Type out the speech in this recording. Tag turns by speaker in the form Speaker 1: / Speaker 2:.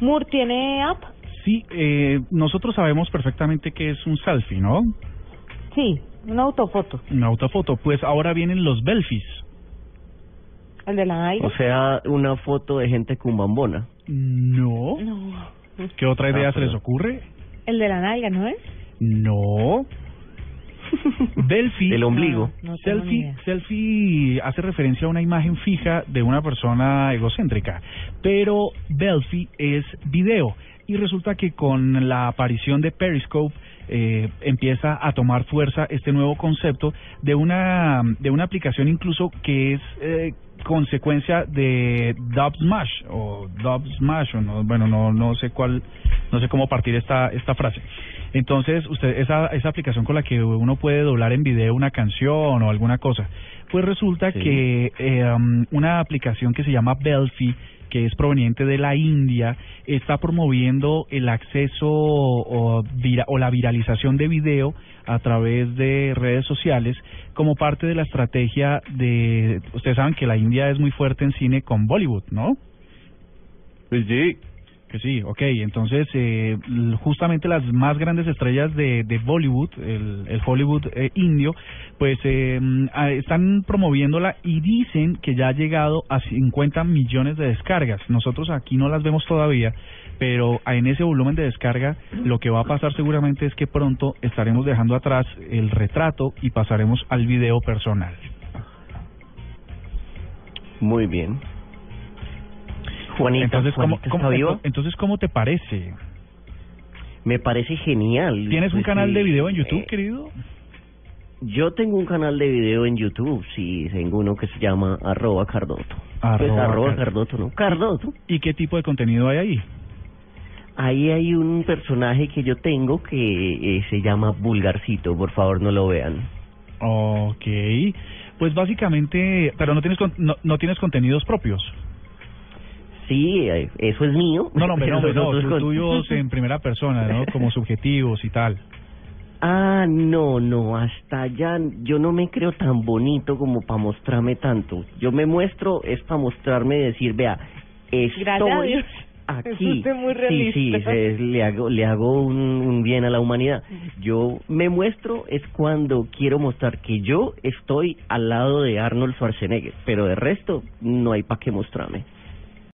Speaker 1: ¿Mur tiene app?
Speaker 2: Sí, eh, nosotros sabemos perfectamente que es un selfie, ¿no?
Speaker 1: Sí, una autofoto.
Speaker 2: Una autofoto. Pues ahora vienen los Belfis.
Speaker 1: ¿El de la aire?
Speaker 3: O sea, una foto de gente cumbambona.
Speaker 2: No.
Speaker 1: Mm. No.
Speaker 2: ¿Qué otra idea
Speaker 3: Ah,
Speaker 2: se les
Speaker 3: pero-
Speaker 2: ocurre?
Speaker 1: El de la nalga, ¿no es?
Speaker 2: No. Delphi.
Speaker 3: Del ombligo.
Speaker 2: Ah.
Speaker 1: No, no tengo ni
Speaker 2: selfie,
Speaker 1: idea.
Speaker 2: selfie hace referencia a una imagen fija de una persona egocéntrica, pero Delphi es video y resulta que con la aparición de Periscope eh, empieza a tomar fuerza este nuevo concepto de una de una aplicación incluso que es eh, consecuencia de Dub Smash o Dub Smash o no, bueno no no sé cuál no sé cómo partir esta esta frase entonces usted esa esa aplicación con la que uno puede doblar en video una canción o alguna cosa pues resulta
Speaker 3: Sí.
Speaker 2: que eh, eh, um, una aplicación que se llama Belfi, que es proveniente de la India, está promoviendo el acceso o, vira- o la viralización de video a través de redes sociales como parte de la estrategia de... Ustedes saben que la India es muy fuerte en cine con Bollywood, ¿no?
Speaker 3: Sí.
Speaker 2: Que sí, ok. Entonces, eh, l- justamente las más grandes estrellas de, de Bollywood, el, el Hollywood eh, indio, pues eh, mm, ah, están promoviéndola y dicen que ya ha llegado a 50 millones de descargas. Nosotros aquí no las vemos todavía, pero en ese volumen de descarga lo que va a pasar seguramente es que pronto estaremos dejando atrás el retrato y pasaremos al video personal.
Speaker 3: Muy bien. Juanita,
Speaker 2: entonces, ¿cómo,
Speaker 3: Juanita
Speaker 2: cómo-
Speaker 3: está viva?
Speaker 2: entonces, ¿cómo te parece?
Speaker 3: Me parece genial.
Speaker 2: ¿Tienes un
Speaker 3: Pues,
Speaker 2: canal
Speaker 3: sí.
Speaker 2: de video en
Speaker 3: Eh,
Speaker 2: YouTube, querido?
Speaker 3: Yo tengo un canal de video en YouTube, sí, tengo uno que se llama arroba cardoto. pues,
Speaker 2: Arroba
Speaker 3: arroba
Speaker 2: Car-
Speaker 3: cardoto, ¿no? Cardoto.
Speaker 2: ¿Y qué tipo de contenido hay ahí?
Speaker 3: Ahí hay un personaje que yo tengo que eh, se llama Vulgarcito, por favor no lo vean.
Speaker 2: Ok, pues básicamente, pero no tienes con- no, no tienes contenidos propios.
Speaker 3: Sí, eh, eso es mío.
Speaker 2: No, no, hombre, no, hombre, no,
Speaker 3: nosotros
Speaker 2: tú-
Speaker 3: con-
Speaker 2: tuyos en primera persona, ¿no? Como subjetivos y tal.
Speaker 3: Ah, no, no, hasta allá yo no me creo tan bonito como para mostrarme tanto. Yo me muestro es para mostrarme y decir, vea,
Speaker 1: Gracias a
Speaker 3: estoy
Speaker 1: Dios. Eso
Speaker 3: aquí.
Speaker 1: usted muy
Speaker 3: sí, sí,
Speaker 1: realista.
Speaker 3: se- le hago, le hago un, un bien a la humanidad. Yo me muestro es cuando quiero mostrar que yo estoy al lado de Arnold Schwarzenegger, pero de resto no hay para qué mostrarme.